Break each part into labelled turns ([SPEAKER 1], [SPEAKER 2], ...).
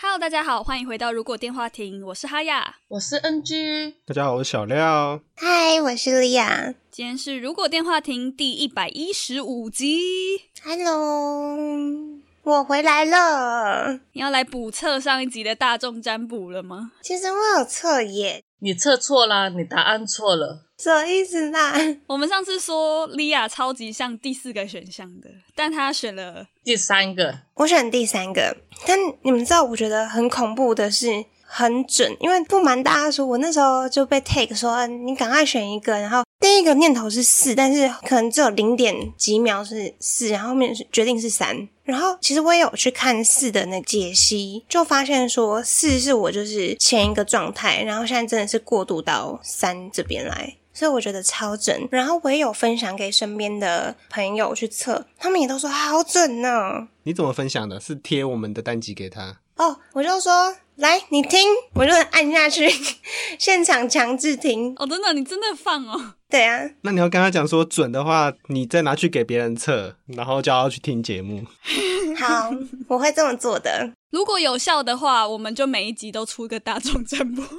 [SPEAKER 1] Hello，大家好，欢迎回到《如果电话亭》，我是哈雅。
[SPEAKER 2] 我是 NG，
[SPEAKER 3] 大家好，我是小廖。
[SPEAKER 4] 嗨，我是莉亚。
[SPEAKER 1] 今天是《如果电话亭》第一百一十五集，
[SPEAKER 4] Hello，我回来了。
[SPEAKER 1] 你要来补测上一集的大众占卜了吗？
[SPEAKER 4] 其实我有测耶，
[SPEAKER 2] 你测错啦，你答案错了。
[SPEAKER 4] 什么意思啦？
[SPEAKER 1] 我们上次说莉亚超级像第四个选项的，但她选了
[SPEAKER 2] 第三个，
[SPEAKER 4] 我选第三个，但你们知道，我觉得很恐怖的是很准，因为不瞒大家说，我那时候就被 take 说，嗯、你赶快选一个，然后第一个念头是四，但是可能只有零点几秒是四，然后后面是决定是三。然后其实我也有去看四的那个解析，就发现说四是我就是前一个状态，然后现在真的是过渡到三这边来。所以我觉得超准，然后我也有分享给身边的朋友去测，他们也都说好准哦呢、
[SPEAKER 3] 你怎么分享的？是贴我们的单集给他？
[SPEAKER 4] 哦，我就说来，你听，我就按下去， 现场强制听。
[SPEAKER 1] 哦，真的，你真的放哦，
[SPEAKER 4] 对啊，
[SPEAKER 3] 那你要跟他讲说准的话，你再拿去给别人测，然后叫他去听节目。
[SPEAKER 4] 好，我会这么做的。
[SPEAKER 1] 如果有效的话，我们就每一集都出一个大众占卜。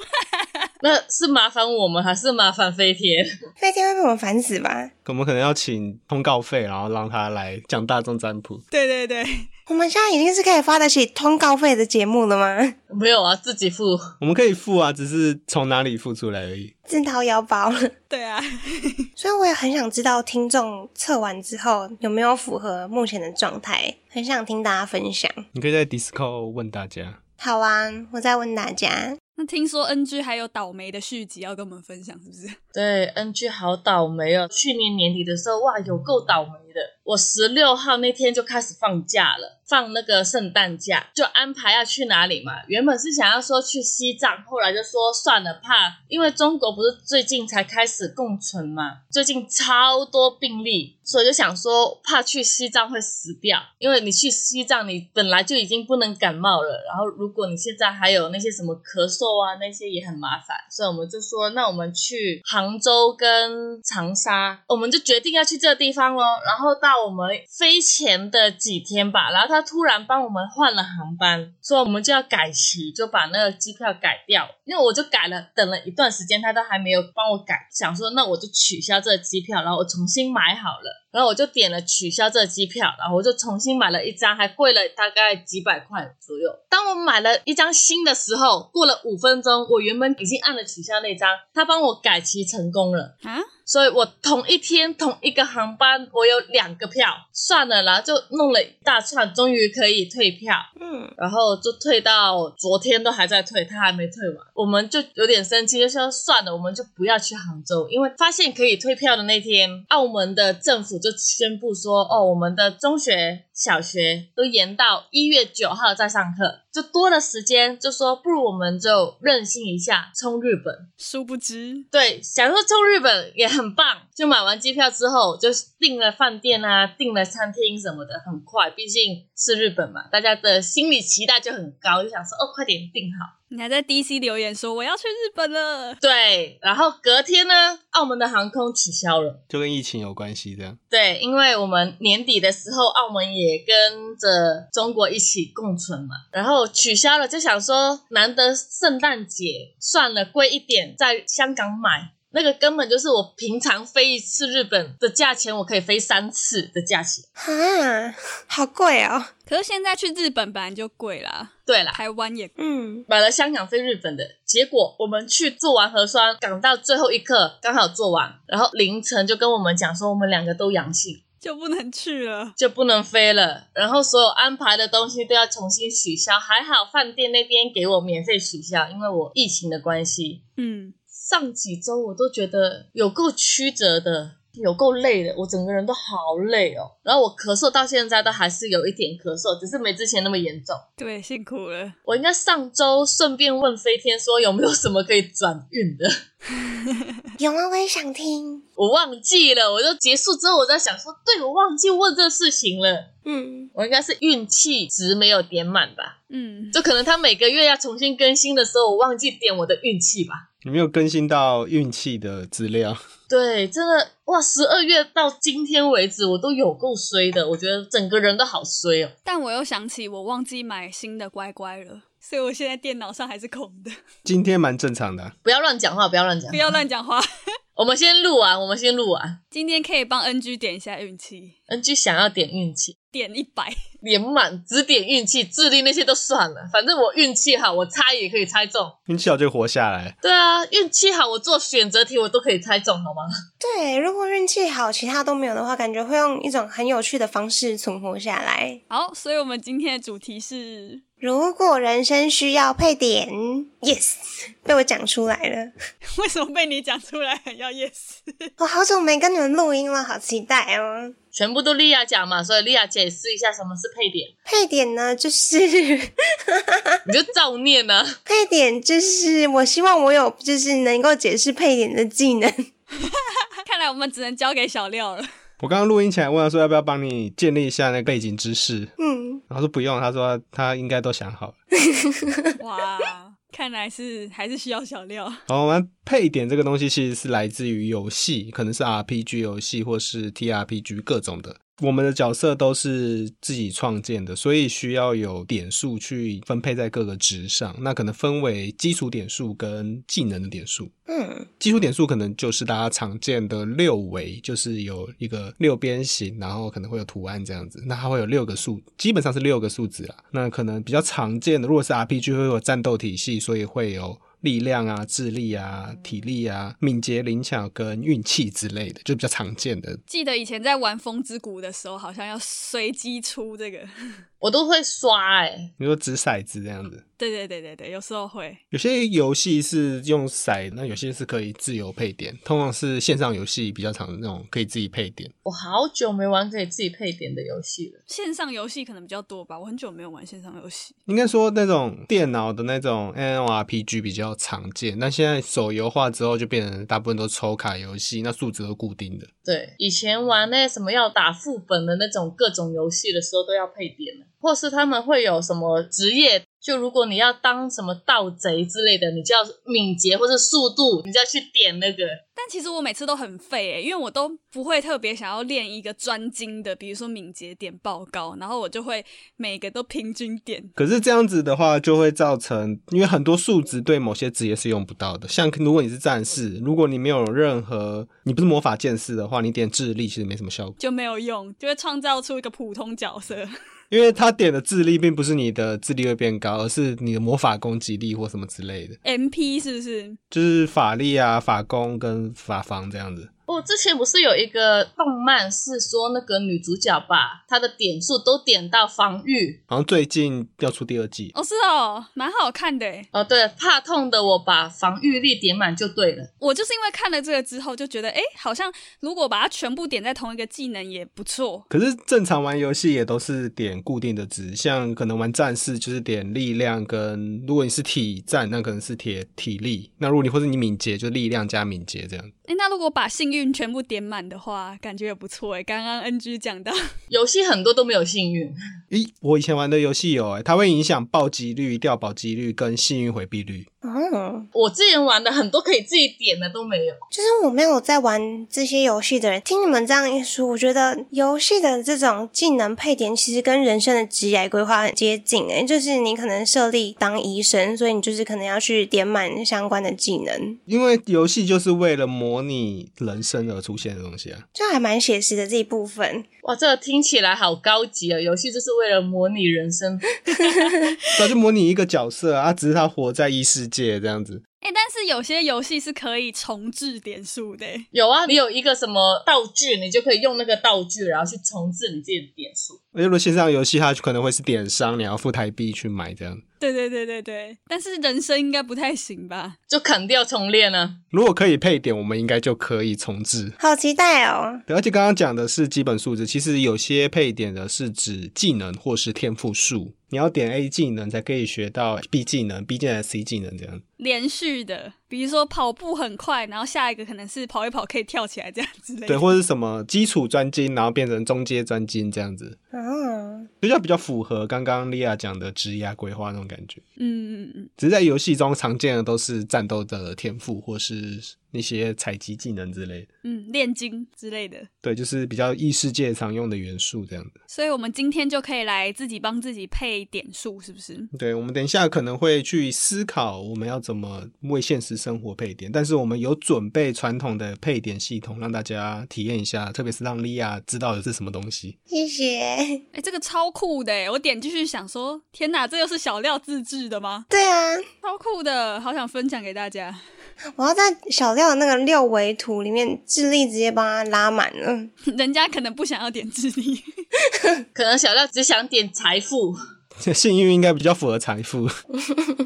[SPEAKER 2] 那是麻烦我们还是麻烦飞天？
[SPEAKER 4] 那天会被我们烦死吧？
[SPEAKER 3] 我们可能要请通告费，然后让他来讲大众占卜。
[SPEAKER 1] 对对对，
[SPEAKER 4] 我们现在已经是可以发得起通告费的节目了吗？
[SPEAKER 2] 没有啊，自己付。
[SPEAKER 3] 我们可以付啊，只是从哪里付出来而已。
[SPEAKER 4] 自掏腰包了，
[SPEAKER 1] 对啊，
[SPEAKER 4] 所以我也很想知道听众测完之后有没有符合目前的状态，很想听大家分享。
[SPEAKER 3] 你可以在 Disco 问大家。
[SPEAKER 4] 好啊，我再问大家，
[SPEAKER 1] 那听说 NG 还有倒霉的续集要跟我们分享，是不是？
[SPEAKER 2] 对，NG 好倒霉哦。去年年底的时候，哇，有够倒霉的。我十六号那天就开始放假了，放那个圣诞假，就安排要去哪里嘛。原本是想要说去西藏，后来就说算了，怕因为中国不是最近才开始共存嘛，最近超多病例，所以就想说怕去西藏会死掉，因为你去西藏你本来就已经不能感冒了，然后如果你现在还有那些什么咳嗽啊那些也很麻烦，所以我们就说那我们去杭州跟长沙，我们就决定要去这个地方咯，然后到。到我们飞前的几天吧，然后他突然帮我们换了航班，所以我们就要改期，就把那个机票改掉。因为我就改了，等了一段时间，他都还没有帮我改，想说那我就取消这个机票，然后我重新买好了，然后我就点了取消这个机票，然后我就重新买了一张，还贵了大概几百块左右。当我买了一张新的时候，过了五分钟，我原本已经按了取消那张，他帮我改期成功了。
[SPEAKER 1] 啊，
[SPEAKER 2] 所以我同一天同一个航班，我有两个票，算了啦，就弄了一大串，终于可以退票，
[SPEAKER 4] 嗯，
[SPEAKER 2] 然后就退到昨天都还在退，他还没退完，我们就有点生气，就说算了，我们就不要去杭州，因为发现可以退票的那天，澳门的政府就宣布说，哦，我们的中学、小学都延到一月九号再上课，就多了时间，就说不如我们就任性一下，冲日本。
[SPEAKER 1] 殊不知，
[SPEAKER 2] 对，想说冲日本也很棒，就买完机票之后，就是订了饭店啊，订了餐厅什么的，很快，毕竟是日本嘛，大家的心理期待就很高，就想说哦，快点订好。
[SPEAKER 1] 你还在 DC 留言说我要去日本了。
[SPEAKER 2] 对，然后隔天呢，澳门的航空取消了。
[SPEAKER 3] 就跟疫情有关系，这样
[SPEAKER 2] 对，因为我们年底的时候，澳门也跟着中国一起共存嘛，然后取消了，就想说难得圣诞节，算了，贵一点，在香港买。那个根本就是我平常飞一次日本的价钱，我可以飞三次的价钱。
[SPEAKER 4] 哈，好贵哦，
[SPEAKER 1] 可是现在去日本本来就贵啦，
[SPEAKER 2] 对啦，
[SPEAKER 1] 台湾也
[SPEAKER 4] 嗯，
[SPEAKER 2] 买了香港飞日本的，结果我们去做完核酸，赶到最后一刻，刚好做完，然后凌晨就跟我们讲说我们两个都阳性，
[SPEAKER 1] 就不能去了。
[SPEAKER 2] 就不能飞了，然后所有安排的东西都要重新取消。还好饭店那边给我免费取消，因为我疫情的关系。
[SPEAKER 1] 嗯，
[SPEAKER 2] 上几周我都觉得有够曲折的，有够累的，我整个人都好累哦。然后我咳嗽到现在都还是有一点咳嗽，只是没之前那么严重。
[SPEAKER 1] 对，辛苦了。
[SPEAKER 2] 我应该上周顺便问飞天说有没有什么可以转运的，
[SPEAKER 4] 有吗？我也想听。
[SPEAKER 2] 我忘记了。我就结束之后，我在想说，对我忘记问这事情了。
[SPEAKER 4] 嗯，
[SPEAKER 2] 我应该是运气值没有点满吧，
[SPEAKER 1] 嗯，
[SPEAKER 2] 就可能他每个月要重新更新的时候，我忘记点我的运气吧。
[SPEAKER 3] 你没有更新到运气的资料，
[SPEAKER 2] 对，真的哇！十二月到今天为止，我都有够衰的，我觉得整个人都好衰哦。
[SPEAKER 1] 但我又想起我忘记买新的乖乖了，所以我现在电脑上还是空的。
[SPEAKER 3] 今天蛮正常的啊、
[SPEAKER 2] 不要乱讲话，不要乱讲
[SPEAKER 1] 不。要乱讲话。
[SPEAKER 2] 我们先录完，我们先录完。
[SPEAKER 1] 今天可以帮 NG 点一下运气，
[SPEAKER 2] NG 想要点运气，
[SPEAKER 1] 点一百。
[SPEAKER 2] 连满只点运气，智力那些都算了，反正我运气好，我猜也可以猜中。
[SPEAKER 3] 运气好就活下来。
[SPEAKER 2] 对啊，运气好，我做选择题我都可以猜中，好吗？
[SPEAKER 4] 对，如果运气好，其他都没有的话，感觉会用一种很有趣的方式存活下来。
[SPEAKER 1] 好，所以我们今天的主题是，
[SPEAKER 4] 如果人生需要配点，yes，被我讲出来了。
[SPEAKER 1] 为什么被你讲出来很要 yes？
[SPEAKER 4] 我好久没跟你们录音了，好期待哦。
[SPEAKER 2] 全部都莉亚讲嘛，所以莉亚解释一下什么是配点，
[SPEAKER 4] 配点呢，就是
[SPEAKER 2] 你就照念啊。
[SPEAKER 4] 配点，就是我希望我有就是能够解释配点的技能。
[SPEAKER 1] 看来我们只能交给小廖了。
[SPEAKER 3] 我刚刚录音前还问他说要不要帮你建立一下那个背景知识，
[SPEAKER 4] 嗯，
[SPEAKER 3] 然后说不用，他说他应该都想好了。
[SPEAKER 1] 哇，看来是还是需要小廖。
[SPEAKER 3] 然后我们配点这个东西其实是来自于游戏，可能是 RPG 游戏或是 TRPG 各种的。我们的角色都是自己创建的，所以需要有点数去分配在各个值上。那可能分为基础点数跟技能的点数。
[SPEAKER 4] 嗯，
[SPEAKER 3] 基础点数可能就是大家常见的六维，就是有一个六边形，然后可能会有图案这样子。那它会有六个数，基本上是六个数值啦。那可能比较常见的，如果是 RPG 会有战斗体系，所以会有力量啊、智力啊、体力啊、敏捷、灵巧跟运气之类的，就比较常见的。
[SPEAKER 1] 记得以前在玩《风之谷》的时候，好像要随机出这个。
[SPEAKER 2] 我都会刷哎、
[SPEAKER 3] 比如说掷骰子这样子，
[SPEAKER 1] 对对对对对，有时候会。
[SPEAKER 3] 有些游戏是用骰，那有些是可以自由配点，通常是线上游戏比较常那种可以自己配点。
[SPEAKER 2] 我好久没玩可以自己配点的游戏了。
[SPEAKER 1] 线上游戏可能比较多吧，我很久没有玩线上游戏。
[SPEAKER 3] 应该说那种电脑的那种 N O R P G 比较常见，那现在手游化之后就变成大部分都抽卡游戏，那数值都固定的。
[SPEAKER 2] 对，以前玩那什么要打副本的那种各种游戏的时候都要配点的，或是他们会有什么职业，就如果你要当什么盗贼之类的，你就要敏捷或者速度，你就要去点那个。
[SPEAKER 1] 但其实我每次都很废、欸，因为我都不会特别想要练一个专精的，比如说敏捷点报告，然后我就会每个都平均点。
[SPEAKER 3] 可是这样子的话，就会造成，因为很多数值对某些职业是用不到的。像如果你是战士，如果你没有任何，你不是魔法剑士的话，你点智力其实没什么效果，
[SPEAKER 1] 就没有用，就会创造出一个普通角色。
[SPEAKER 3] 因为他点的智力并不是你的智力会变高，而是你的魔法攻击力或什么之类的，
[SPEAKER 1] MP 是不是？
[SPEAKER 3] 就是法力啊、法攻跟法防这样子。
[SPEAKER 2] 哦，之前不是有一个动漫是说那个女主角吧，她的点数都点到防御。
[SPEAKER 3] 好像最近要出第二季，
[SPEAKER 1] 哦，是哦，蛮好看的、欸。
[SPEAKER 2] 哦，对，怕痛的我把防御力点满就对了。
[SPEAKER 1] 我就是因为看了这个之后，就觉得，哎、好像如果把它全部点在同一个技能也不错。
[SPEAKER 3] 可是正常玩游戏也都是点固定的值，像可能玩战士就是点力量跟，如果你是体战，那可能是铁体力；那如果你或者你敏捷，就力量加敏捷这样。
[SPEAKER 1] 哎、那如果把幸运全部点满的话，感觉也不错哎、刚刚 NG 讲到，
[SPEAKER 2] 游戏很多都没有幸运，
[SPEAKER 3] 咦，我以前玩的游戏有诶、它会影响暴击率、掉保击率跟幸运回避率。
[SPEAKER 4] 哦，
[SPEAKER 2] 我之前玩的很多可以自己点的都没有。
[SPEAKER 4] 就是我没有在玩这些游戏的人，听你们这样一说，我觉得游戏的这种技能配点其实跟人生的职业规划很接近诶、就是你可能设立当医生，所以你就是可能要去点满相关的技能，
[SPEAKER 3] 因为游戏就是为了模拟人生而出现的东西啊。
[SPEAKER 4] 就还蛮写实的这一部分。
[SPEAKER 2] 哇，这个听起来好高级啊！游戏就是为了模拟人生，
[SPEAKER 3] 它啊就模拟一个角色啊，只是他活在异世界这样子。
[SPEAKER 1] 哎、但是有些游戏是可以重置点数的、欸
[SPEAKER 2] 有啊，你有一个什么道具，你就可以用那个道具，然后去重置你自己的点数。
[SPEAKER 3] 而且如果线上游戏，它可能会是点商，你要付台币去买这样。
[SPEAKER 1] 对对对对对，但是人生应该不太行吧？
[SPEAKER 2] 就砍掉重练啊。
[SPEAKER 3] 如果可以配点，我们应该就可以重置。
[SPEAKER 4] 好期待哦！
[SPEAKER 3] 对而且刚刚讲的是基本素质，其实有些配点的是指技能或是天赋数，你要点 A 技能才可以学到 B 技能，B 技能 C 技能这样。
[SPEAKER 1] 连续的，比如说跑步很快，然后下一个可能是跑一跑可以跳起来这样之类的。
[SPEAKER 3] 对，或者是什么基础专精，然后变成中阶专精这样子，
[SPEAKER 4] 嗯，
[SPEAKER 3] 比较比较符合刚刚莉亚讲的职业规划那种感觉。
[SPEAKER 1] 嗯嗯嗯，
[SPEAKER 3] 只是在游戏中常见的都是战斗的天赋或是那些采集技能之类的。
[SPEAKER 1] 嗯，炼金之类的。
[SPEAKER 3] 对，就是比较异世界常用的元素这样子。
[SPEAKER 1] 所以我们今天就可以来自己帮自己配点数，是不是？
[SPEAKER 3] 对，我们等一下可能会去思考我们要怎么为现实生活配点，但是我们有准备传统的配点系统，让大家体验一下，特别是让莉亚知道的是什么东西。
[SPEAKER 4] 谢谢。
[SPEAKER 1] 哎、这个超酷的哎！我点进去想说，天哪，这又是小廖自制的吗？
[SPEAKER 4] 对啊，
[SPEAKER 1] 超酷的，好想分享给大家。
[SPEAKER 4] 我要在小廖的那个六维图里面，智力直接帮他拉满了。
[SPEAKER 1] 人家可能不想要点智力，
[SPEAKER 2] 可能小廖只想点财富，
[SPEAKER 3] 幸运应该比较符合财富，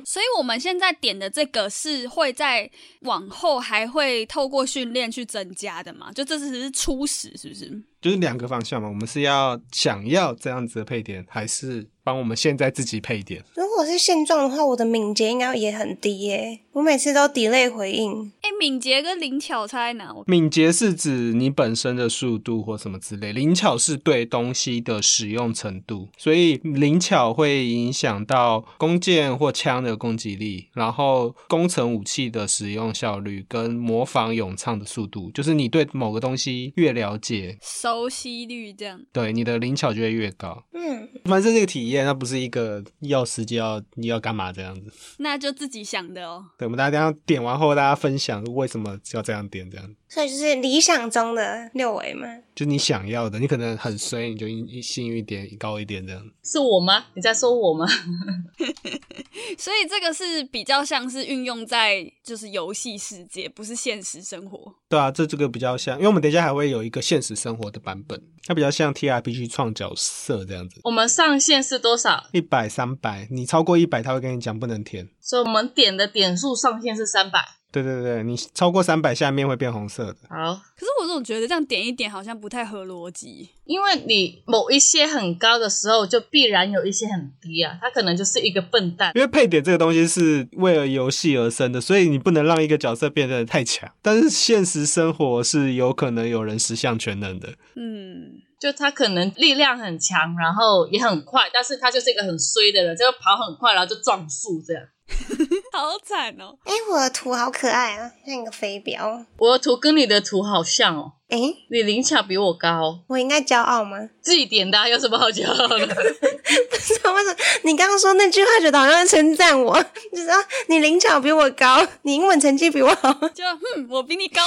[SPEAKER 1] 所以我们现在点的这个是会在往后还会透过训练去增加的嘛？就这只是初始，是不是？
[SPEAKER 3] 就是两个方向嘛。我们是要想要这样子的配点，还是帮我们现在自己配点？
[SPEAKER 4] 如果是现状的话，我的敏捷应该也很低耶、我每次都 delay 回应。
[SPEAKER 1] 哎、敏捷跟灵巧差在哪？我
[SPEAKER 3] 敏捷是指你本身的速度或什么之类，灵巧是对东西的使用程度，所以灵巧会影响到弓箭或枪的攻击力，然后工程武器的使用效率跟模仿咏唱的速度，就是你对某个东西越了解，
[SPEAKER 1] 熟悉率这样。
[SPEAKER 3] 对你的灵巧就会越高。
[SPEAKER 4] 嗯，
[SPEAKER 3] 反正这个体验它不是一个要时间要你要干嘛这样子。
[SPEAKER 1] 那就自己想的哦。
[SPEAKER 3] 对，我们大家点完后，大家分享为什么要这样点这样。
[SPEAKER 4] 所以就是理想中的六维嘛。
[SPEAKER 3] 就你想要的，你可能很衰，你就幸运一点，高一点这样。
[SPEAKER 2] 是我吗？你在说我吗？
[SPEAKER 1] 所以这个是比较像是运用在就是游戏世界，不是现实生活。
[SPEAKER 3] 对啊，这这个比较像，因为我们等一下还会有一个现实生活的版本，它比较像 T R P G 创角色这样子，
[SPEAKER 2] 我们上限是多少？
[SPEAKER 3] 一百、三百，你超过一百，他会跟你讲不能填。
[SPEAKER 2] 所以我们点的点数上限是三百。
[SPEAKER 3] 对对对，你超过三百，下面会变红色的。
[SPEAKER 2] 好，
[SPEAKER 1] 可是我总觉得这样点一点好像不太合逻辑。
[SPEAKER 2] 因为你某一些很高的时候，就必然有一些很低啊。他可能就是一个笨蛋，
[SPEAKER 3] 因为配点这个东西是为了游戏而生的，所以你不能让一个角色变得太强。但是现实生活是有可能有人十项全能的，
[SPEAKER 1] 嗯，
[SPEAKER 2] 就他可能力量很强，然后也很快，但是他就是一个很衰的人，就跑很快，然后就撞树这样。
[SPEAKER 1] 好惨哦。
[SPEAKER 4] 哎、我的图好可爱啊，像一个飞镖。
[SPEAKER 2] 我的图跟你的图好像哦，
[SPEAKER 4] 哎、
[SPEAKER 2] 你灵巧比我高，
[SPEAKER 4] 我应该骄傲 吗？
[SPEAKER 2] 自己点的啊、有什么好骄傲的？
[SPEAKER 4] 不是，为什么你刚刚说那句话，觉得好像在称赞我？ 就是啊，你灵巧比我高，你英文成绩比我好。
[SPEAKER 1] 就哼，我比你高。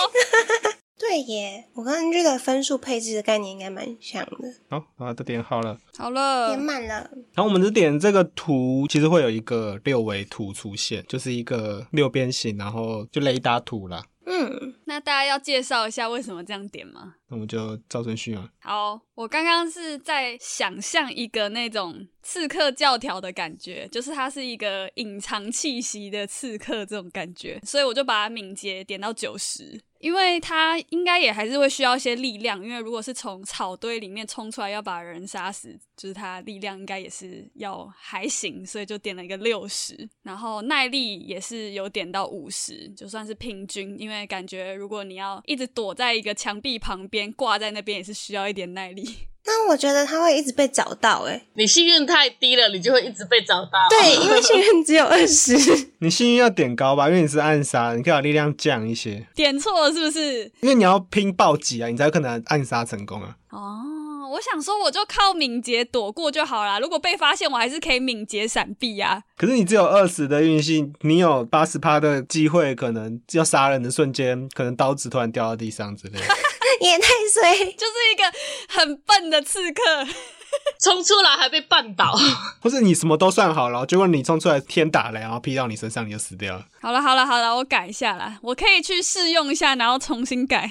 [SPEAKER 4] 对耶，我跟 N 的分数配置的概念应该蛮像的，
[SPEAKER 3] 好、啊，都点好了。
[SPEAKER 1] 好了
[SPEAKER 4] 点，满了。
[SPEAKER 3] 然后我们只点这个图，其实会有一个六维图出现，就是一个六边形，然后就雷达图啦。
[SPEAKER 4] 嗯，
[SPEAKER 1] 那大家要介绍一下为什么这样点吗？
[SPEAKER 3] 那我们就照顺序啊嘛。
[SPEAKER 1] 好，我刚刚是在想象一个那种刺客教条的感觉，就是它是一个隐藏气息的刺客这种感觉，所以我就把敏捷点到九十，因为它应该也还是会需要一些力量，因为如果是从草堆里面冲出来要把人杀死，就是它力量应该也是要还行，所以就点了一个六十，然后耐力也是有点到五十，就算是平均，因为感觉如果你要一直躲在一个墙壁旁边挂在那边，也是需要一点耐力。
[SPEAKER 4] 那我觉得他会一直被找到、哎，
[SPEAKER 2] 你幸运太低了，你就会一直被找到。
[SPEAKER 4] 对，因为幸运只有二十。
[SPEAKER 3] 你幸运要点高吧，因为你是暗杀，你可以把力量降一些，
[SPEAKER 1] 点错了是不是？
[SPEAKER 3] 因为你要拼暴击啊，你才有可能暗杀成功啊。
[SPEAKER 1] 哦，我想说我就靠敏捷躲过就好啦。如果被发现，我还是可以敏捷闪避啊呀、
[SPEAKER 3] 可是你只有二十的运气，你有八十趴的机会，可能要杀人的瞬间，可能刀子突然掉到地上之类的。
[SPEAKER 4] 也太衰。
[SPEAKER 1] 就是一个很笨的刺客。
[SPEAKER 2] 冲出来还被绊倒，
[SPEAKER 3] 或是你什么都算好了，结果你冲出来天打雷，然后劈到你身上，你就死掉了。
[SPEAKER 1] 好了好了好了，我改一下啦，我可以去试用一下，然后重新改。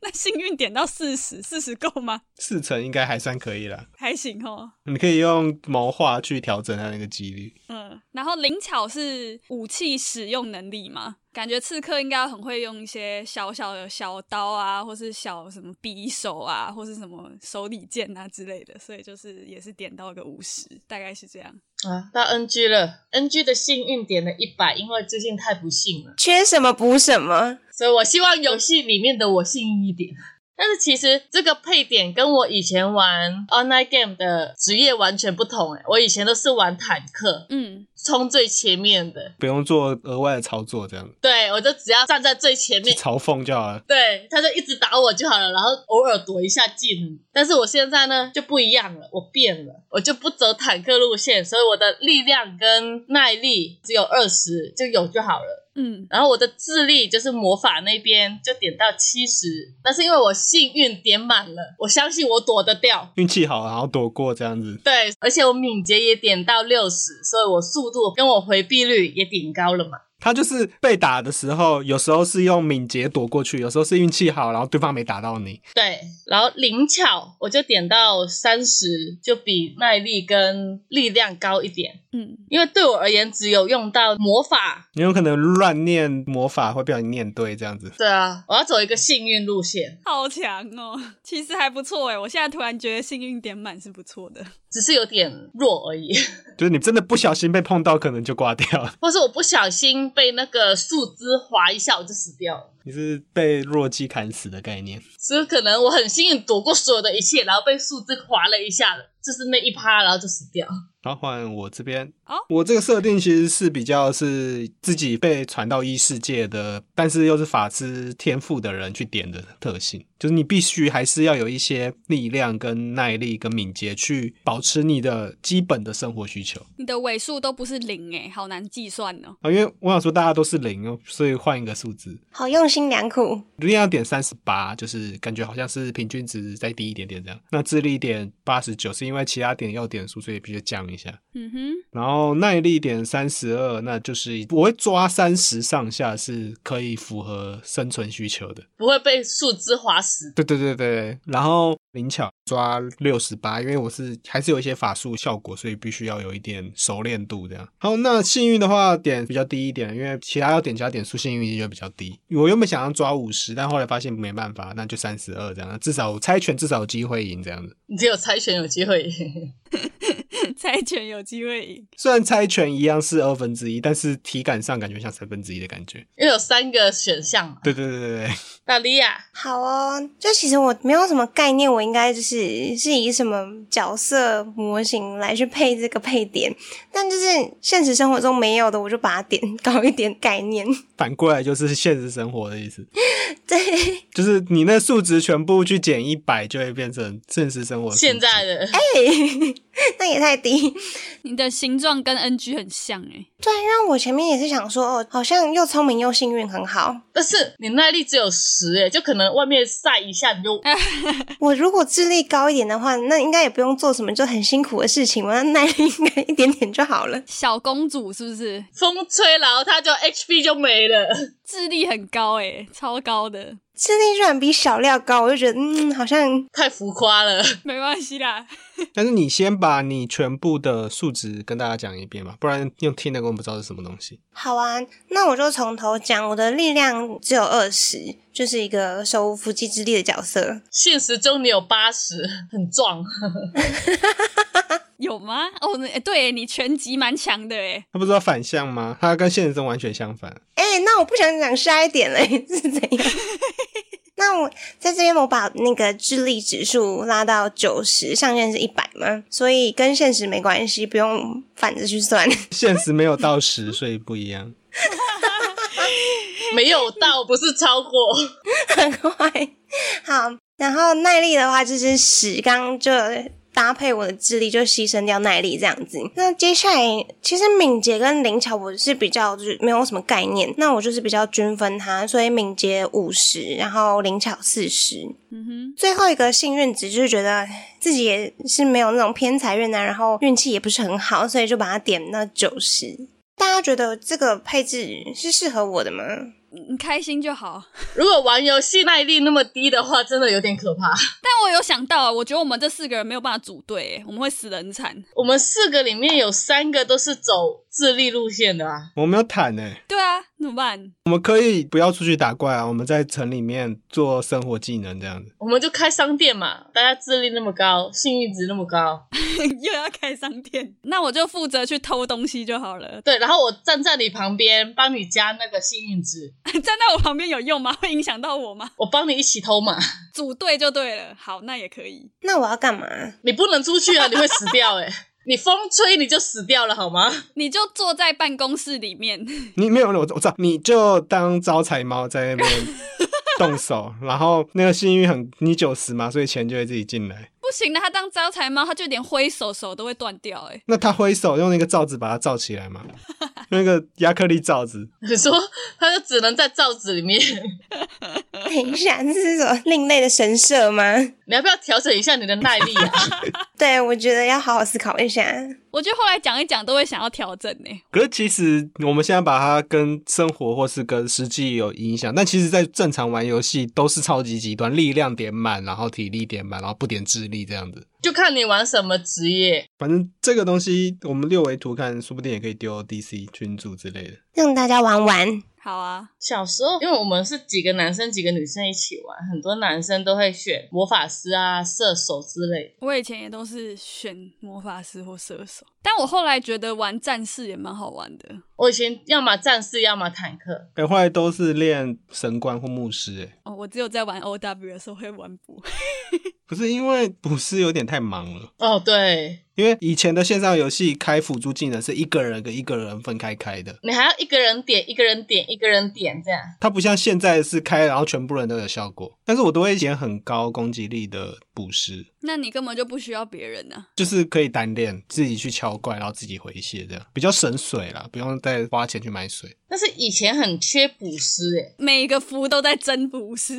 [SPEAKER 1] 那 幸运点到四十，四十够吗？
[SPEAKER 3] 四成应该还算可以啦。
[SPEAKER 1] 还行哦，
[SPEAKER 3] 你可以用谋划去调整它那个几率。
[SPEAKER 1] 嗯。然后灵巧是武器使用能力嘛？感觉刺客应该很会用一些小小的小刀啊，或是小什么匕首啊，或是什么手里剑啊之类的，所以就是也是点到个五十，大概是这样。
[SPEAKER 2] 啊，到 NG 了，NG 的幸运点了一百，因为最近太不幸了，
[SPEAKER 4] 缺什么补什么。
[SPEAKER 2] 所以我希望游戏里面的我幸运一点。但是其实这个配点跟我以前玩 online game 的职业完全不同哎、我以前都是玩坦克，
[SPEAKER 1] 嗯，
[SPEAKER 2] 冲最前面的，
[SPEAKER 3] 不用做额外的操作，这样
[SPEAKER 2] 对我就只要站在最前
[SPEAKER 3] 去
[SPEAKER 2] 面，
[SPEAKER 3] 嘲讽就好了。
[SPEAKER 2] 对，他就一直打我就好了，然后偶尔躲一下技能。但是我现在呢就不一样了，我变了，我就不走坦克路线，所以我的力量跟耐力只有二十就有就好了。
[SPEAKER 1] 嗯，
[SPEAKER 2] 然后我的智力就是魔法那边就点到七十，但是因为我幸运点满了，我相信我躲得掉。
[SPEAKER 3] 运气好，然后躲过这样子。
[SPEAKER 2] 对，而且我敏捷也点到六十，所以我速度跟我回避率也顶高了嘛。
[SPEAKER 3] 他就是被打的时候，有时候是用敏捷躲过去，有时候是运气好，然后对方没打到你。
[SPEAKER 2] 对，然后灵巧我就点到三十，就比耐力跟力量高一点，
[SPEAKER 1] 嗯，
[SPEAKER 2] 因为对我而言只有用到魔法。
[SPEAKER 3] 你有可能乱念魔法会被你念对，这样子。
[SPEAKER 2] 对啊，我要走一个幸运路线，
[SPEAKER 1] 好强哦，其实还不错诶，我现在突然觉得幸运点满是不错的。
[SPEAKER 2] 只是有点弱而已，
[SPEAKER 3] 就是你真的不小心被碰到，可能就挂掉了。
[SPEAKER 2] 或是我不小心被那个树枝划一下，我就死掉了。
[SPEAKER 3] 你是被弱鸡砍死的概念。
[SPEAKER 2] 所以可能我很幸运躲过所有的一切，然后被树枝划了一下，就是那一趴，然后就死掉。
[SPEAKER 3] 然后换我这边，
[SPEAKER 1] 哦
[SPEAKER 3] 我这个设定其实是比较是自己被传到异世界的，但是又是法师天赋的人去点的特性，就是你必须还是要有一些力量、跟耐力、跟敏捷去保持你的基本的生活需求
[SPEAKER 1] 你的尾数都不是零诶，好难计算哦。
[SPEAKER 3] 啊。因为我想说大家都是零哦，所以换一个数字，
[SPEAKER 4] 好用心良苦，
[SPEAKER 3] 力量点三十八，就是感觉好像是平均值再低一点点这样。那智力点八十九，是因为其他点要点数，所以必须降一下。
[SPEAKER 1] 嗯哼，
[SPEAKER 3] 然后耐力点三十二，那就是我会抓三十上下是可以符合生存需求的。
[SPEAKER 2] 不会被树枝划死。
[SPEAKER 3] 对对对对，然后灵巧抓六十八，因为我是还是有一些法术效果，所以必须要有一点熟练度这样。好，那幸运的话点比较低一点，因为其他要点其他点数幸运就比较低。我原本想要抓五十，但后来发现没办法，那就三十二这样。至少我猜拳至少有机会赢这样子。
[SPEAKER 2] 你只有猜拳有机会，
[SPEAKER 1] 猜拳有机会赢。
[SPEAKER 3] 虽然猜拳一样是二分之一，但是体感上感觉像三分之一的感觉。
[SPEAKER 2] 因为有三个选项嘛。
[SPEAKER 3] 对对对对对。
[SPEAKER 2] 大利亚，
[SPEAKER 4] 好哦，就其实我没有什么概念，我应该就是是以什么角色模型来去配这个配点，但就是现实生活中没有的，我就把它点高一点概念。
[SPEAKER 3] 反过来就是现实生活的意思，
[SPEAKER 4] 对，
[SPEAKER 3] 就是你那数值全部去减一百，就会变成现实生活的数值
[SPEAKER 2] 现在的
[SPEAKER 4] 那也太低。
[SPEAKER 1] 你的形状跟 NG 很像欸诶，
[SPEAKER 4] 对，因为我前面也是想说，哦，好像又聪明又幸运，很好。
[SPEAKER 2] 但是你耐力只有十，哎，就可能外面晒一下你就
[SPEAKER 4] 我如果智力高一点的话，那应该也不用做什么就很辛苦的事情嘛，那耐力应该一点点就好了。
[SPEAKER 1] 小公主是不是？
[SPEAKER 2] 风吹，然后它就 HP 就没了。
[SPEAKER 1] 智力很高诶，超高的，
[SPEAKER 4] 智力居然比小料高，我就觉得，嗯，好像
[SPEAKER 2] 太浮夸了，
[SPEAKER 1] 没关系啦。
[SPEAKER 3] 但是你先把你全部的数值跟大家讲一遍吧，不然用听的根本不知道是什么东西。
[SPEAKER 4] 好啊。那我就从头讲，我的力量只有二十，就是一个手无缚鸡之力的角色。
[SPEAKER 2] 现实中你有八十，很壮，
[SPEAKER 1] 有吗？哦，那诶对，你拳击蛮强的欸诶。
[SPEAKER 3] 他不知道反向吗？他跟现实中完全相反。
[SPEAKER 4] 哎、那我不想讲下一点了， 是怎样？那我在这边，我把那个智力指数拉到九十，上限是一百嘛，所以跟现实没关系，不用反着去算。
[SPEAKER 3] 现实没有到十，所以不一样。
[SPEAKER 2] 没有到不是超过。
[SPEAKER 4] 很快。好，然后耐力的话就是十，刚刚就搭配我的智力，就牺牲掉耐力这样子。那接下来其实敏捷跟灵巧我是比较就是没有什么概念，那我就是比较均分它，所以敏捷五十，然后灵巧四十。
[SPEAKER 1] 嗯哼，
[SPEAKER 4] 最后一个幸运值就是觉得唉自己也是没有那种偏财运啊，然后运气也不是很好，所以就把它点到九十。大家觉得这个配置是适合我的吗？
[SPEAKER 1] 你开心就好。
[SPEAKER 2] 如果玩游戏耐力那么低的话，真的有点可怕。
[SPEAKER 1] 但我有想到，啊我觉得我们这四个人没有办法组队，欸我们会死得很惨。
[SPEAKER 2] 我们四个里面有三个都是走智力路线的啊，
[SPEAKER 3] 我没有坦呢、欸
[SPEAKER 1] 对啊，怎么办？
[SPEAKER 3] 我们可以不要出去打怪啊，我们在城里面做生活技能这样子。
[SPEAKER 2] 我们就开商店嘛，大家智力那么高，幸运值那么高，
[SPEAKER 1] 又要开商店，那我就负责去偷东西就好了。
[SPEAKER 2] 对，然后我站在你旁边帮你加那个幸运值，
[SPEAKER 1] 站在我旁边有用吗？会影响到我吗？
[SPEAKER 2] 我帮你一起偷嘛，
[SPEAKER 1] 组队就对了。好，那也可以。
[SPEAKER 4] 那我要干嘛？
[SPEAKER 2] 你不能出去啊，你会死掉哎、你风吹你就死掉了好吗？
[SPEAKER 1] 你就坐在办公室里面，
[SPEAKER 3] 你没有，我我知道，你就当招财猫在那边动手，然后那个幸运很你九十嘛，所以钱就会自己进来。
[SPEAKER 1] 不行的。他当招财猫，他就连挥手手都会断掉、欸。哎，
[SPEAKER 3] 那他挥手用那个罩子把它罩起来嘛，用那个亚克力罩子。
[SPEAKER 2] 你说他就只能在罩子里面，
[SPEAKER 4] 等一下，这是什么另类的神社吗？
[SPEAKER 2] 你要不要调整一下你的耐力啊？
[SPEAKER 4] 对，我觉得要好好思考一下。
[SPEAKER 1] 我觉得后来讲一讲都会想要调整欸呢、
[SPEAKER 3] 可是其实我们现在把它跟生活或是跟实际有影响，但其实，在正常玩游戏都是超级极端，力量点满，然后体力点满，然后不点智力这样子。
[SPEAKER 2] 就看你玩什么职业。
[SPEAKER 3] 反正这个东西，我们六维图看，说不定也可以丢 DC 群组之类的。
[SPEAKER 4] 让大家玩玩。
[SPEAKER 1] 好啊，
[SPEAKER 2] 小时候，因为我们是几个男生几个女生一起玩，很多男生都会选魔法师啊、射手之类。
[SPEAKER 1] 我以前也都是选魔法师或射手，但我后来觉得玩战士也蛮好玩的。
[SPEAKER 2] 我以前要么战士，要么坦克。
[SPEAKER 3] 哎、后来都是练神官或牧师、哎，
[SPEAKER 1] 哦，我只有在玩 O W 的时候会玩补。
[SPEAKER 3] 不是因为捕师有点太忙了。
[SPEAKER 2] 哦，对，
[SPEAKER 3] 因为以前的线上游戏开辅助技能是一个人跟一个人分开开的，
[SPEAKER 2] 你还要一个人点，一个人点，一个人点这样。
[SPEAKER 3] 它不像现在是开然后全部人都有效果。但是我都会选很高攻击力的捕师，
[SPEAKER 1] 那你根本就不需要别人啊呢、
[SPEAKER 3] 就是可以单练自己去敲怪，然后自己回血这样，比较省水啦，不用再花钱去买水。
[SPEAKER 2] 但是以前很缺捕欸师诶，
[SPEAKER 1] 每个服都在争捕师。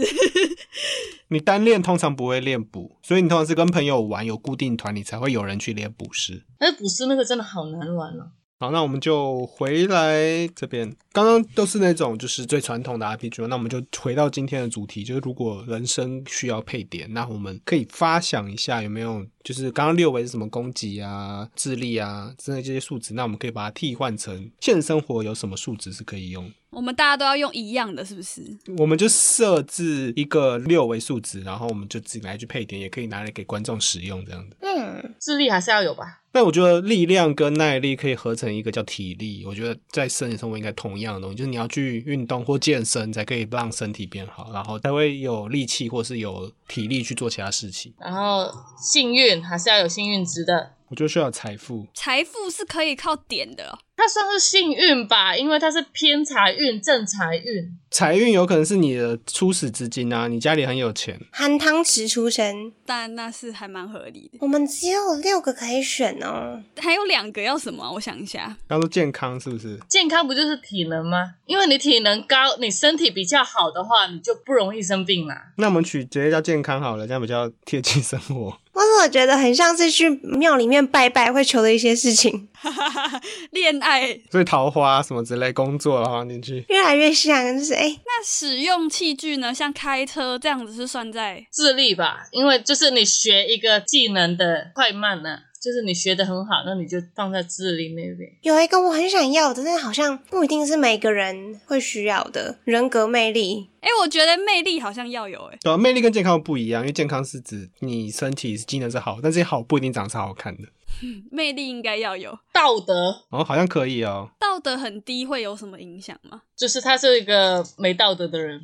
[SPEAKER 3] 你单练通常不会练补，所以你通常是跟朋友玩有固定团，你才会有人去练捕师。
[SPEAKER 2] 但是捕师那个真的好难玩哦。
[SPEAKER 3] 好，那我们就回来这边。刚刚都是那种就是最传统的 RPG，嘛那我们就回到今天的主题，就是如果人生需要配点，那我们可以发想一下有没有就是刚刚六维是什么攻击啊、智力啊之类这些数值，那我们可以把它替换成现实生活有什么数值是可以用。
[SPEAKER 1] 我们大家都要用一样的，是不是？
[SPEAKER 3] 我们就设置一个六维数值，然后我们就自己来去配点，也可以拿来给观众使用这样子。
[SPEAKER 4] 嗯，
[SPEAKER 2] 智力还是要有吧。
[SPEAKER 3] 但我觉得力量跟耐力可以合成一个叫体力，我觉得在身体生活应该同样的东西，就是你要去运动或健身，才可以让身体变好，然后才会有力气或是有体力去做其他事情。
[SPEAKER 2] 然后幸运还是要有幸运值的，
[SPEAKER 3] 我觉得需要有财富，
[SPEAKER 1] 财富是可以靠点的哦、
[SPEAKER 2] 它算是幸运吧，因为它是偏财运、正财运。
[SPEAKER 3] 财运有可能是你的初始资金啊，你家里很有钱，
[SPEAKER 4] 含汤匙出生，
[SPEAKER 1] 但那是还蛮合理的。
[SPEAKER 4] 我们只有六个可以选哦。
[SPEAKER 1] 还有两个要什么啊？我想一下，
[SPEAKER 3] 刚说健康是不是？
[SPEAKER 2] 健康不就是体能吗？因为你体能高，你身体比较好的话，你就不容易生病啦。
[SPEAKER 3] 那我们取直接叫健康好了，这样比较贴近生活。
[SPEAKER 4] 我怎么觉得很像是去庙里面拜拜会求的一些事情，
[SPEAKER 1] 恋爱。
[SPEAKER 3] 所以桃花什么之类，工作然后进去。
[SPEAKER 4] 越来越像，就是哎、
[SPEAKER 1] 那使用器具呢？像开车这样子是算在
[SPEAKER 2] 智力吧，因为就是你学一个技能的快慢呢、就是你学的很好，那你就放在智力那边。
[SPEAKER 4] 有一个我很想要的，但好像不一定是每个人会需要的人格魅力。
[SPEAKER 1] 哎、我觉得魅力好像要有哎、
[SPEAKER 3] 对啊、魅力跟健康不一样，因为健康是指你身体机能是好，但是好不一定长得是好看的。
[SPEAKER 1] 魅力应该要有。
[SPEAKER 2] 道德
[SPEAKER 3] 哦，好像可以哦。
[SPEAKER 1] 道德很低会有什么影响吗？
[SPEAKER 2] 就是他是一个没道德的人。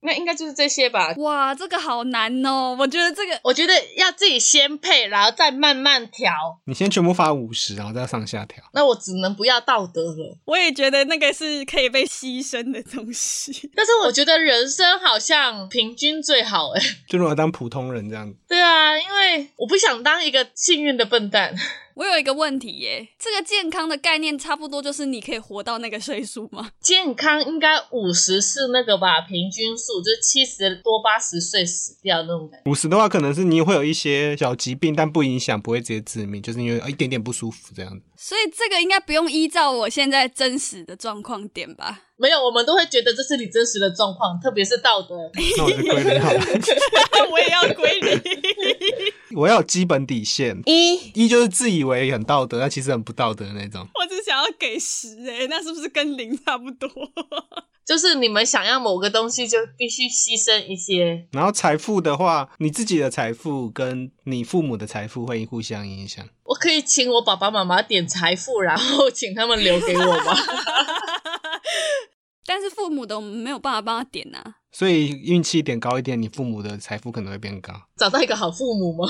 [SPEAKER 2] 那应该就是这些吧。
[SPEAKER 1] 哇，这个好难哦！我觉得这个
[SPEAKER 2] 我觉得要自己先配，然后再慢慢调。
[SPEAKER 3] 你先全部发五十，然后再上下调。
[SPEAKER 2] 那我只能不要道德了。
[SPEAKER 1] 我也觉得那个是可以被牺牲的东西。
[SPEAKER 2] 但是我觉得人生好像平均最好哎、
[SPEAKER 3] 就如果当普通人这样，
[SPEAKER 2] 对啊，因为我不想当一个幸运的笨蛋。
[SPEAKER 1] 我有一个问题耶，这个健康的概念差不多就是你可以活到那个岁数吗？
[SPEAKER 2] 健康应该五十是那个吧，平均数就是七十多八十岁死掉那种感觉。
[SPEAKER 3] 五十的话，可能是你会有一些小疾病，但不影响，不会直接致命，就是因为呃一点点不舒服这样子。
[SPEAKER 1] 所以这个应该不用依照我现在真实的状况点吧？
[SPEAKER 2] 没有，我们都会觉得这是你真实的状况，特别是道德。
[SPEAKER 3] 那我就归零好了，
[SPEAKER 1] 我也要归零。
[SPEAKER 3] 我要有基本底线。
[SPEAKER 4] 一
[SPEAKER 3] 一就是自以为很道德，但其实很不道德的那种。
[SPEAKER 1] 我只想要给十哎，那是不是跟零差不多？
[SPEAKER 2] 就是你们想要某个东西，就必须牺牲一些。
[SPEAKER 3] 然后财富的话，你自己的财富跟你父母的财富会互相影响。
[SPEAKER 2] 我可以请我爸爸妈妈点财富，然后请他们留给我吗？
[SPEAKER 1] 但是父母的我们没有办法帮他点啊呐、
[SPEAKER 3] 所以运气点高一点，你父母的财富可能会变高。
[SPEAKER 2] 找到一个好父母吗？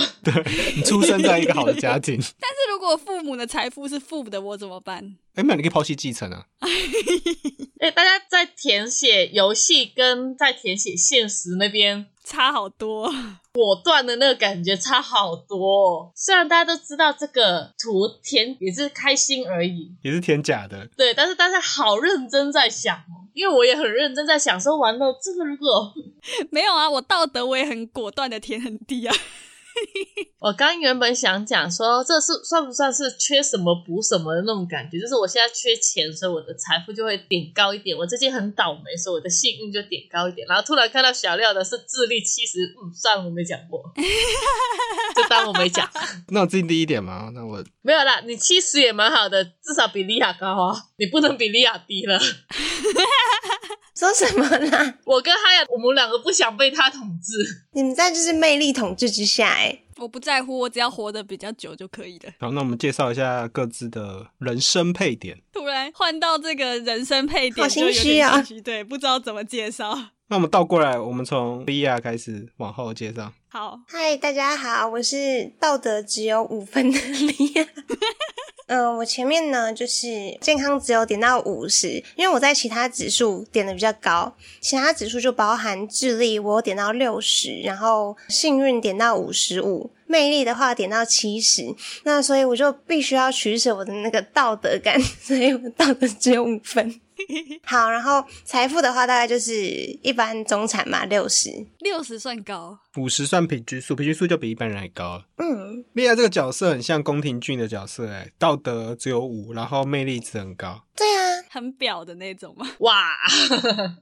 [SPEAKER 3] 你出生在一个好的家庭，
[SPEAKER 1] 但是如果父母的财富是负的，我怎么办？
[SPEAKER 3] 哎，没有，你可以抛弃继承啊。
[SPEAKER 2] 哎、大家在填写游戏跟在填写现实那边
[SPEAKER 1] 差好多。
[SPEAKER 2] 果断的那个感觉差好多、哦。虽然大家都知道这个图填也是开心而已，
[SPEAKER 3] 也是填假的。
[SPEAKER 2] 对，但是大家好认真在想哦，因为我也很认真在想，说完了这个如果
[SPEAKER 1] 没有啊，我道德我也很果断的填很低啊。
[SPEAKER 2] 我刚原本想讲说，这是算不算是缺什么补什么的那种感觉？就是我现在缺钱，所以我的财富就会点高一点。我最近很倒霉，所以我的幸运就点高一点。然后突然看到小廖的是智力七十，嗯，算了，我没讲过，就当我没讲。
[SPEAKER 3] 那我自己第一点嘛，那我
[SPEAKER 2] 没有啦，你七十也蛮好的，至少比莉亚高啊，你不能比莉亚低了。
[SPEAKER 4] 说什么啦？
[SPEAKER 2] 我跟哈雅，我们两个不想被他统治。
[SPEAKER 4] 你们在就是魅力统治之下、哎，
[SPEAKER 1] 我不在乎，我只要活得比较久就可以了。
[SPEAKER 3] 好，那我们介绍一下各自的人生配点。
[SPEAKER 1] 突然换到这个人生配点，
[SPEAKER 4] 好心虚啊
[SPEAKER 1] 就有点心虚对，不知道怎么介绍。
[SPEAKER 3] 那我们倒过来，我们从 VR 开始往后介绍。
[SPEAKER 1] 好，
[SPEAKER 4] 嗨，大家好，我是道德只有五分的莉亚。 呃，我前面呢就是健康只有点到五十，因为我在其他指数点的比较高，其他指数就包含智力，我有点到六十，然后幸运点到五十五，魅力的话点到七十，那所以我就必须要取舍我的那个道德感， 所以我道德只有五分。 好，然后财富的话大概就是一般中产嘛，六十。
[SPEAKER 1] 六十算高，
[SPEAKER 3] 五十算平均数，平均数就比一般人还高了。
[SPEAKER 4] 嗯，
[SPEAKER 3] 莉亚这个角色很像宫廷剧的角色、哎，道德只有五，然后魅力值很高，
[SPEAKER 4] 对啊，
[SPEAKER 1] 很表的那种嘛。
[SPEAKER 2] 哇，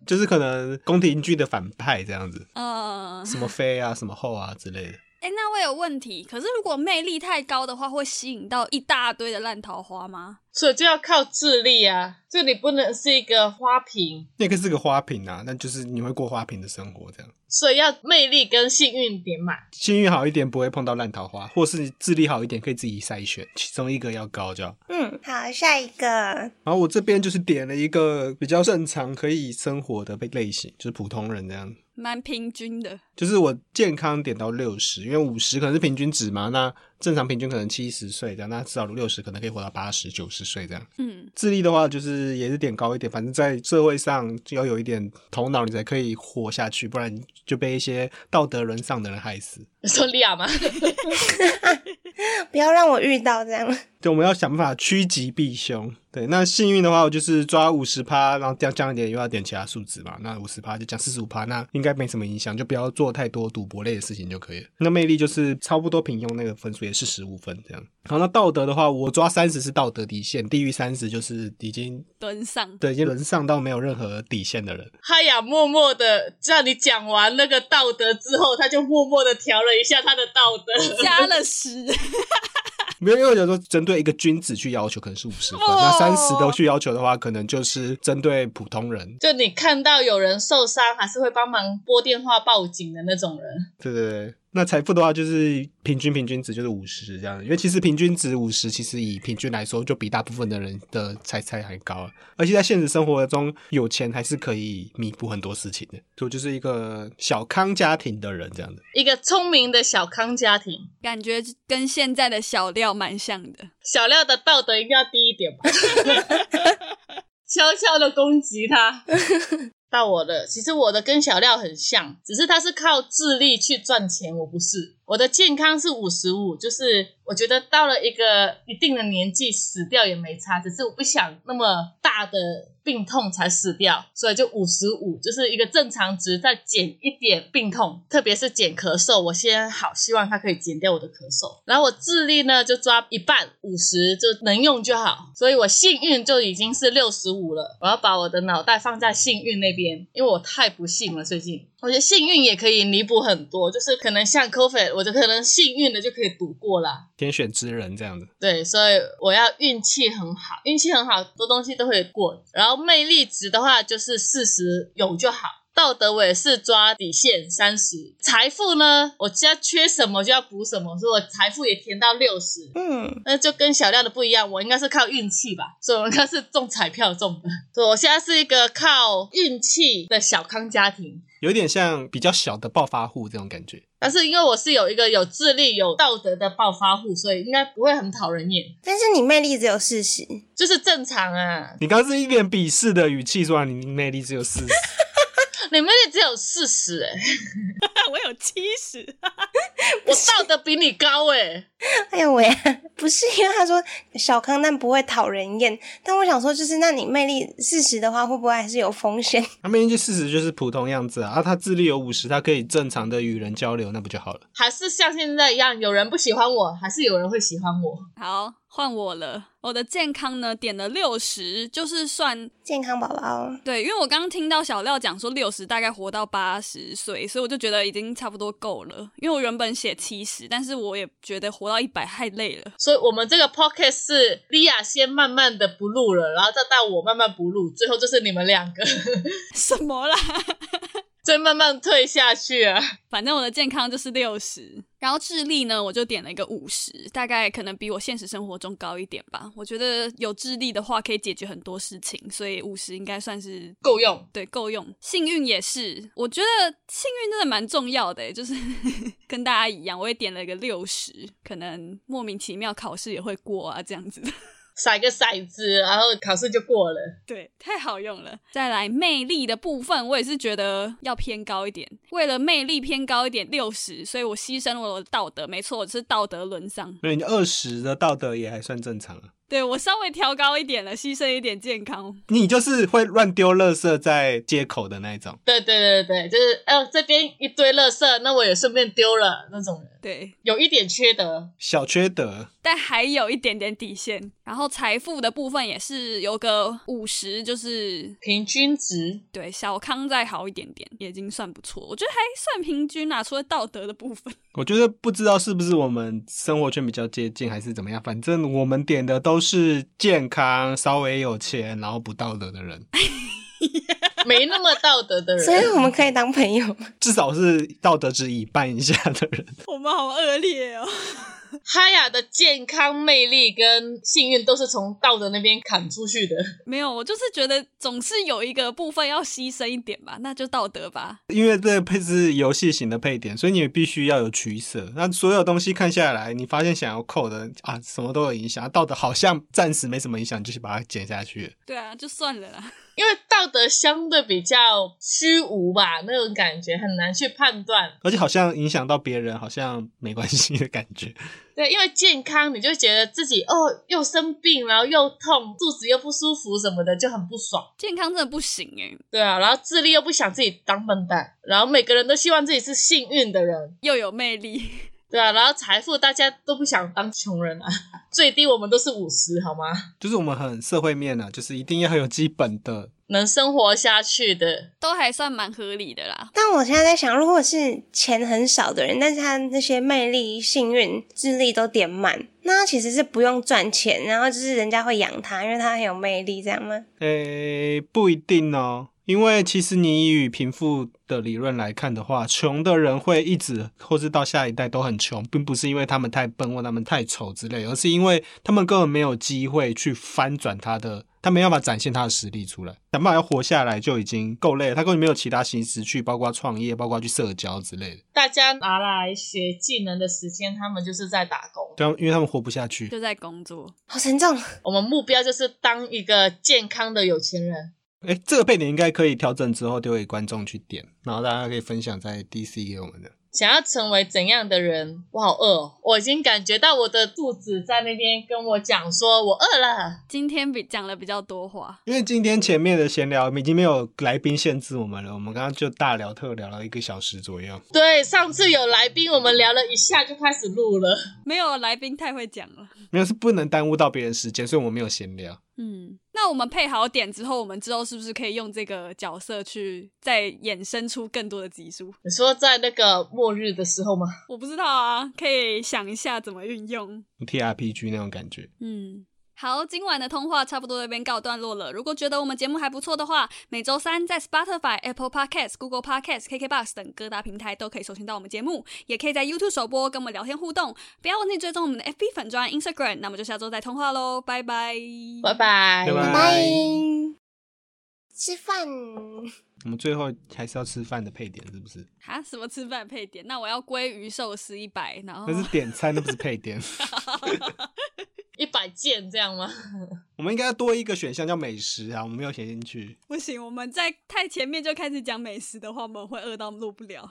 [SPEAKER 3] 就是可能宫廷剧的反派这样子，
[SPEAKER 1] 嗯，
[SPEAKER 3] 什么妃啊、什么后啊之类的。
[SPEAKER 1] 哎，那我有问题，可是如果魅力太高的话，会吸引到一大堆的烂桃花吗？
[SPEAKER 2] 所以就要靠智力啊，就你不能是一个花瓶，
[SPEAKER 3] 那个是个花瓶啊，那就是你会过花瓶的生活这样。
[SPEAKER 2] 所以要魅力跟幸运点满。
[SPEAKER 3] 幸运好一点不会碰到烂桃花，或是智力好一点可以自己筛选，其中一个要高就好。
[SPEAKER 4] 嗯，好，下一个
[SPEAKER 3] 然后我这边就是点了一个比较正常可以生活的类型，就是普通人这样。
[SPEAKER 1] 蛮平均的，
[SPEAKER 3] 就是我健康点到六十，因为五十可能是平均值嘛，那正常平均可能七十岁这样，那至少六十可能可以活到八十九十岁这样。
[SPEAKER 1] 嗯，
[SPEAKER 3] 智力的话，就是也是点高一点，反正在社会上就要有一点头脑，你才可以活下去，不然就被一些道德沦丧的人害死。
[SPEAKER 2] 说利亚吗？
[SPEAKER 4] 不要让我遇到这样。
[SPEAKER 3] 对，我们要想办法趋吉避凶。对，那幸运的话，我就是抓五十趴，然后降降一点，又要点其他数值嘛。那五十趴就降四十五趴，那应该没什么影响，就不要做太多赌博类的事情就可以了。那魅力就是差不多平庸那个分数，也是十五分这样。好，那道德的话，我抓三十是道德底线，低于三十就是已经
[SPEAKER 1] 蹲上。
[SPEAKER 3] 对已经沦丧到没有任何底线的人。
[SPEAKER 2] 哈雅默默的让你讲完那个道德之后，他就默默的调了一下他的道德。
[SPEAKER 1] 加了十，
[SPEAKER 3] 没有，因为我想说，针对一个君子去要求可能是五十分，
[SPEAKER 1] 哦
[SPEAKER 3] 那三十都去要求的话，可能就是针对普通人。
[SPEAKER 2] 就你看到有人受伤，还是会帮忙拨电话报警的那种人。
[SPEAKER 3] 对对对。那财富的话，就是平均平均值就是五十这样，因为其实平均值五十，其实以平均来说，就比大部分的人的财财还高了。而且在现实生活中，有钱还是可以弥补很多事情的。所以我就是一个小康家庭的人这样的。
[SPEAKER 2] 一个聪明的小康家庭，
[SPEAKER 1] 感觉跟现在的小料蛮像的。
[SPEAKER 2] 小廖的道德应该要低一点吧，悄悄的攻击他。到我的，其实我的跟小廖很像，只是他是靠智力去赚钱，我不是。我的健康是五十五，就是我觉得到了一个一定的年纪死掉也没差，只是我不想那么大的病痛才死掉，所以就五十五，就是一个正常值，再减一点病痛，特别是减咳嗽，我先好希望它可以减掉我的咳嗽。然后我智力呢就抓一半，五十就能用就好，所以我幸运就已经是六十五了。我要把我的脑袋放在幸运那边，因为我太不幸了最近。我觉得幸运也可以弥补很多，就是可能像 COVID，我就可能幸运的就可以躲过啦。
[SPEAKER 3] 天选之人这样子。
[SPEAKER 2] 对，所以我要运气很好，运气很好，多东西都会过。然后魅力值的话，就是四十有就好。道德我也是抓底线三十，财富呢，我家缺什么就要补什么，所以我财富也填到六十。
[SPEAKER 4] 嗯，
[SPEAKER 2] 那就跟小廖的不一样，我应该是靠运气吧，所以我应该是中彩票中的。所以我现在是一个靠运气的小康家庭。
[SPEAKER 3] 有点像比较小的暴发户这种感觉。
[SPEAKER 2] 但是因为我是有一个有智力、有道德的暴发户，所以应该不会很讨人厌，
[SPEAKER 4] 但是你魅力只有四十，
[SPEAKER 2] 就是正常啊。
[SPEAKER 3] 你刚刚是一脸鄙视的语气说啊你魅力只有四十，
[SPEAKER 2] 你们也只有四十 哎，
[SPEAKER 1] 我有七十，
[SPEAKER 2] 我道德比你高哎、
[SPEAKER 4] 哎呦喂， 不是因为他说小康但不会讨人厌，但我想说就是，那你魅力四十的话，会不会还是有风险？
[SPEAKER 3] 他魅力就四十就是普通样子啊。啊，他智力有五十，他可以正常的与人交流，那不就好了？
[SPEAKER 2] 还是像现在一样，有人不喜欢我，还是有人会喜欢我。
[SPEAKER 1] 好，换我了。我的健康呢，点了六十，就是算
[SPEAKER 4] 健康宝宝，
[SPEAKER 1] 对，因为我刚刚听到小廖讲说六十大概活到八十岁，所以我就觉得已经差不多够了。因为我原本写七十，但是我也觉得活到一百太累了。
[SPEAKER 2] 所以，我们这个 podcast 是莉亚先慢慢的不录了，然后再到我慢慢不录，最后就是你们两个，
[SPEAKER 1] 什么啦？
[SPEAKER 2] 再慢慢退下去啊。
[SPEAKER 1] 反正我的健康就是六十，然后智力呢，我就点了一个五十，大概可能比我现实生活中高一点吧。我觉得有智力的话，可以解决很多事情，所以五十应该算是
[SPEAKER 2] 够用，
[SPEAKER 1] 对，够用。幸运也是，我觉得幸运真的蛮重要的耶，欸就是 跟大家一样，我也点了一个六十，可能莫名其妙考试也会过啊，这样子。
[SPEAKER 2] 甩个骰子，然后考试就过了。
[SPEAKER 1] 对，太好用了。再来魅力的部分，我也是觉得要偏高一点。为了魅力偏高一点，六十，所以我牺牲我的道德。没错，我是道德沦丧。
[SPEAKER 3] 那你二十的道德也还算正常啊。
[SPEAKER 1] 对我稍微调高一点了，牺牲一点健康。
[SPEAKER 3] 你就是会乱丢垃圾在街口的那一种，
[SPEAKER 2] 对对对对，就是呃这边一堆垃圾，那我也顺便丢了那种人，
[SPEAKER 1] 对，
[SPEAKER 2] 有一点缺德。
[SPEAKER 3] 小缺德。
[SPEAKER 1] 但还有一点点底线。然后财富的部分也是有个五十，就是
[SPEAKER 2] 平均值，
[SPEAKER 1] 对小康再好一点点，也已经算不错。我觉得还算平均啦、除了道德的部分。
[SPEAKER 3] 我觉得不知道是不是我们生活圈比较接近，还是怎么样。反正我们点的都是健康、稍微有钱，然后不道德的人，
[SPEAKER 2] 没那么道德的人。
[SPEAKER 4] 所以我们可以当朋友。
[SPEAKER 3] 至少是道德值一半以下的人。
[SPEAKER 1] 我们好恶劣哦。
[SPEAKER 2] 哈雅的健康魅力跟幸运都是从道德那边砍出去的。
[SPEAKER 1] 没有，我就是觉得总是有一个部分要牺牲一点吧，那就道德吧。
[SPEAKER 3] 因为这配是游戏型的配点，所以你必须要有取舍。那所有东西看下来，你发现想要扣的啊，什么都有影响，道德好像暂时没什么影响，就是把它减下去了。
[SPEAKER 1] 对啊，就算了啦。
[SPEAKER 2] 因为道德相对比较虚无吧，那种感觉很难去判断。
[SPEAKER 3] 而且好像影响到别人，好像没关系的感觉。
[SPEAKER 2] 对，因为健康，你就觉得自己哦又生病，然后又痛，肚子又不舒服什么的，就很不爽。
[SPEAKER 1] 健康真的不行欸诶，
[SPEAKER 2] 对啊，然后智力又不想自己当笨蛋，然后每个人都希望自己是幸运的人。
[SPEAKER 1] 又有魅力。
[SPEAKER 2] 对啊，然后财富大家都不想当穷人啊， 最低我们都是五十，好吗？
[SPEAKER 3] 就是我们很社会面啊，就是一定要有基本的。
[SPEAKER 2] 能生活下去的，
[SPEAKER 1] 都还算蛮合理的啦。
[SPEAKER 4] 但我现在在想，如果是钱很少的人，但是他那些魅力、幸运、智力都点满，那他其实是不用赚钱，然后就是人家会养他，因为他很有魅力，这样吗？
[SPEAKER 3] 诶、不一定哦，因为其实你以贫富的理论来看的话，穷的人会一直或是到下一代都很穷，并不是因为他们太笨或他们太丑之类，而是因为他们根本没有机会去翻转他的。他没办法展现他的实力出来，想办法要活下来就已经够累了。他根本没有其他心思去，包括创业，包括去社交之类的。
[SPEAKER 2] 大家拿来学技能的时间，他们就是在打工。
[SPEAKER 3] 对啊，因为他们活不下去。
[SPEAKER 1] 就在工作，
[SPEAKER 4] 好沉重，
[SPEAKER 2] 我们目标就是当一个健康的有钱人。
[SPEAKER 3] 哎，这个背点应该可以调整之后丢给观众去点，然后大家可以分享在 DC 给我们的。
[SPEAKER 2] 想要成为怎样的人？我好饿、哦，我已经感觉到我的肚子在那边跟我讲说，我饿了。
[SPEAKER 1] 今天比讲了比较多话，
[SPEAKER 3] 因为今天前面的闲聊已经没有来宾限制我们了，我们刚刚就大聊特聊了一个小时左右。
[SPEAKER 2] 对，上次有来宾，我们聊了一下就开始录了。
[SPEAKER 1] 没有来宾太会讲了。
[SPEAKER 3] 没有是不能耽误到别人时间，所以我们没有闲聊。
[SPEAKER 1] 嗯，那我们配好点之后，我们之后是不是可以用这个角色去再衍生出更多的集数？
[SPEAKER 2] 你说在那个末日的时候吗？
[SPEAKER 1] 我不知道啊，可以想一下怎么运用。
[SPEAKER 3] T R P G 那种感觉。
[SPEAKER 1] 嗯。好，今晚的通话差不多这边告段落了。如果觉得我们节目还不错的话，每周三在 Spotify、Apple Podcast、Google Podcast、KKBox 等各大平台都可以收听到我们节目，也可以在 YouTube 首播跟我们聊天互动。不要忘记追踪我们的 FB 粉专 Instagram。那我们就下周再通话喽，拜拜。
[SPEAKER 2] 拜拜。
[SPEAKER 3] 拜拜
[SPEAKER 4] 拜拜，吃饭。
[SPEAKER 3] 我们最后还是要吃饭的配点，是不是？
[SPEAKER 1] 啊，什么吃饭配点？那我要鲑鱼寿司一百，然 后
[SPEAKER 3] 那是点餐，那不是配点。
[SPEAKER 2] 一百件这样吗？
[SPEAKER 3] 我们应该要多一个选项叫美食啊，我们没有写进去。
[SPEAKER 1] 不行，我们在太前面就开始讲美食的话，我们会饿到录不了。